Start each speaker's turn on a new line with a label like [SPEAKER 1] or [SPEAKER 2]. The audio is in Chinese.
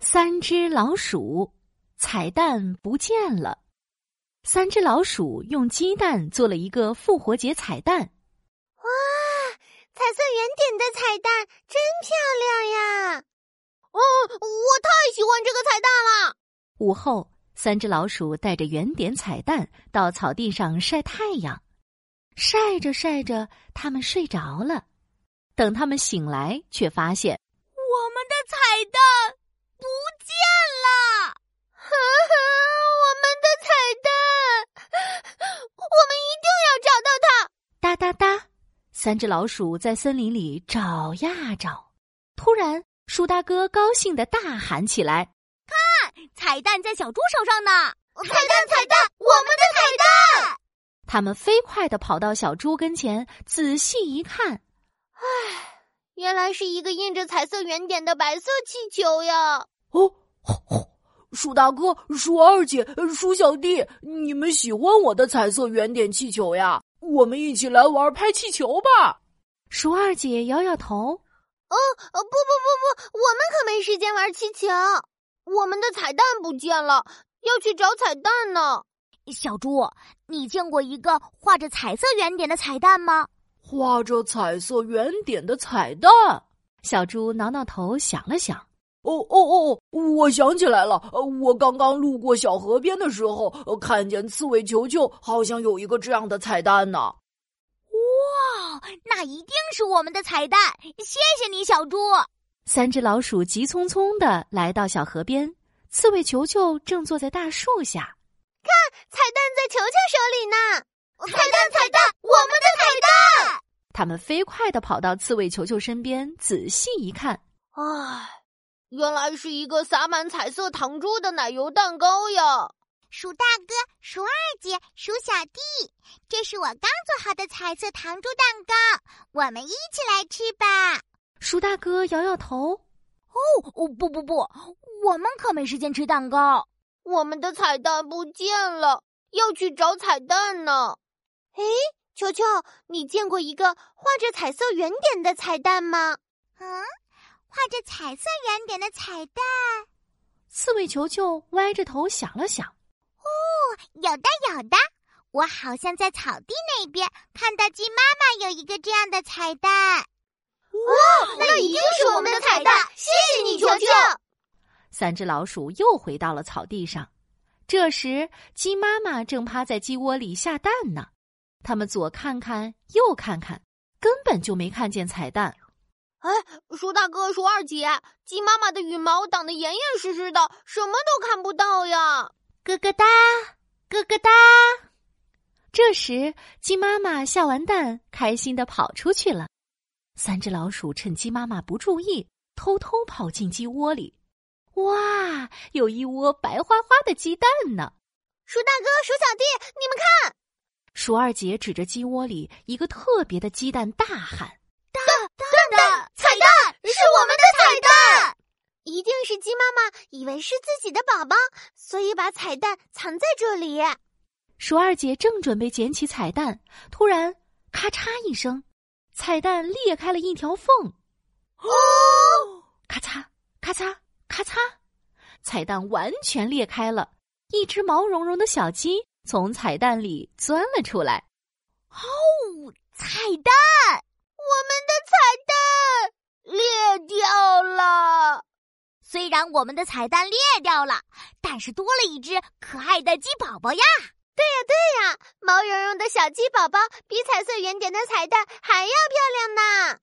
[SPEAKER 1] 三只老鼠，彩蛋不见了。三只老鼠用鸡蛋做了一个复活节彩蛋，
[SPEAKER 2] 哇，彩色圆点的彩蛋真漂亮呀！哦，我太喜欢这个彩蛋了。
[SPEAKER 1] 午后，三只老鼠带着圆点彩蛋到草地上晒太阳，晒着晒着，它们睡着了。等它们醒来，却发现
[SPEAKER 2] 我们的彩蛋不见了！呵呵，我们的彩蛋，我们一定要找到它！
[SPEAKER 1] 哒哒哒，三只老鼠在森林里找呀找。突然，树大哥高兴的大喊起来
[SPEAKER 3] 彩蛋在小猪手上呢。
[SPEAKER 2] 彩蛋，彩蛋，我们的彩蛋！：“
[SPEAKER 1] 他们飞快的跑到小猪跟前，仔细一看，
[SPEAKER 2] 原来是一个印着彩色圆点的白色气球呀！
[SPEAKER 4] 哦，吼吼鼠大哥、鼠二姐、鼠小弟，你们喜欢我的彩色圆点气球呀？我们一起来玩拍气球吧！
[SPEAKER 1] 鼠二姐摇摇头。
[SPEAKER 2] 呃，不不不不，我们可没时间玩气球，我们的彩蛋不见了，要去找彩蛋呢。
[SPEAKER 3] 小猪，你见过一个画着彩色圆点的彩蛋吗？
[SPEAKER 4] 画着彩色圆点的彩蛋。
[SPEAKER 1] 小猪挠挠头，想了想，
[SPEAKER 4] 哦哦哦！我想起来了，呃我刚刚路过小河边的时候，呃看见刺猬球球好像有一个这样的彩蛋呢。
[SPEAKER 3] 哦，那一定是我们的彩蛋。谢谢你，小猪。
[SPEAKER 1] 三只老鼠急匆匆的来到小河边，刺猬球球正坐在大树下。
[SPEAKER 2] 彩蛋在球球手里呢！彩蛋，彩蛋，我们的彩蛋！
[SPEAKER 1] 他们飞快的跑到刺猬球球身边，仔细一看，
[SPEAKER 5] 哦
[SPEAKER 2] 唉，原来是一个撒满彩色糖珠的奶油蛋糕呀！
[SPEAKER 5] 鼠大哥、鼠二姐、鼠小弟，这是我刚做好的彩色糖珠蛋糕，我们一起来吃吧。
[SPEAKER 2] 哦
[SPEAKER 1] 鼠大哥摇摇头。
[SPEAKER 3] 哦，不不不，我们可没时间吃蛋糕。
[SPEAKER 2] 我们的彩蛋不见了，要去找彩蛋呢。诶，球球，你见过一个画着彩色圆点的彩蛋吗？
[SPEAKER 5] 嗯，画着彩色圆点的彩蛋，
[SPEAKER 1] 刺猬球球歪着头想了想，
[SPEAKER 5] 有的有的。我好像在草地那边看到鸡妈妈有一个这样的彩蛋。
[SPEAKER 2] 哦那一定是我们的彩蛋！谢谢你，球球。
[SPEAKER 1] 三只老鼠又回到了草地上。这时，鸡妈妈正趴在鸡窝里下蛋呢。他们左看看，右看看，根本就没看见彩蛋。
[SPEAKER 2] 鼠大哥、鼠二姐，鸡妈妈的羽毛挡得严严实实的，什么都看不到呀！
[SPEAKER 1] 咯咯哒，咯咯哒。这时，鸡妈妈下完蛋，开心的跑出去了。三只老鼠趁鸡妈妈不注意，偷偷跑进鸡窝里。哇，有一窝白花花的鸡蛋呢！
[SPEAKER 2] 鼠大哥、鼠小弟，你们看，
[SPEAKER 1] 鼠二姐指着鸡窝里一个特别的鸡蛋大喊。
[SPEAKER 2] 彩蛋是我们的彩蛋，一定是鸡妈妈以为是自己的宝宝，所以把彩蛋藏在这里。
[SPEAKER 5] 哦
[SPEAKER 1] 鼠二姐正准备捡起彩蛋，突然咔嚓一声，彩蛋裂开了一条缝。哦！咔嚓咔嚓咔嚓，彩蛋完全裂开了，一只毛茸茸的小鸡从彩蛋里钻了出来。
[SPEAKER 3] 彩蛋，
[SPEAKER 2] 我们的彩蛋裂掉了，
[SPEAKER 3] 虽然我们的彩蛋裂掉了，但是多了一只可爱的鸡宝宝呀！
[SPEAKER 2] 毛茸茸的小鸡宝宝比彩色圆点的彩蛋还要漂亮呢。